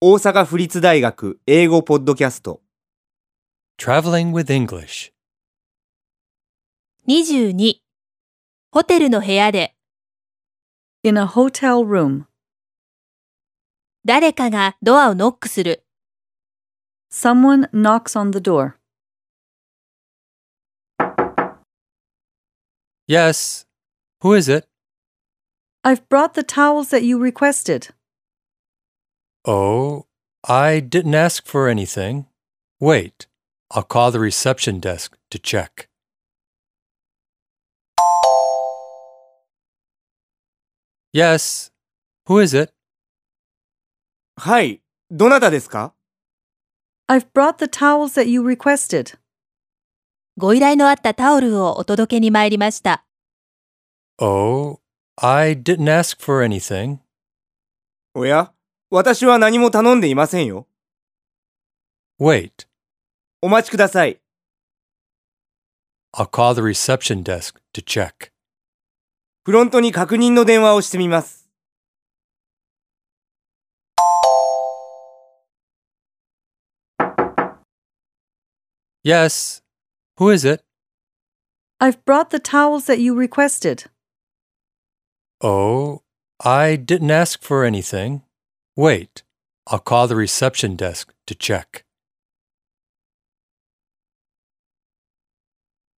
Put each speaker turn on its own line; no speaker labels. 大阪府立大学英語ポッドキャスト
Traveling with English.
22ホテルの部屋で
In a hotel room,
誰かがドアをノックする
someone knocks on the door.
Yes. Who is it?
I've brought the towels that you requested.
Oh, I didn't ask for anything. Wait, I'll call the reception desk to check. 'Yes. Who is it?
はいどなたですか
I've brought the towels that you requested.
ご依頼のあったタオルをお届けに参りました
Oh, I didn't ask for anything.
おや私は何も頼んでいませんよ
Wait,
お待ちください
I'll call the reception desk to check.
フロントに確認の電話をしてみます
'Yes. Who is it?
I've brought the towels that you requested.
Oh, I didn't ask for anything. Wait, I'll call the reception desk to check.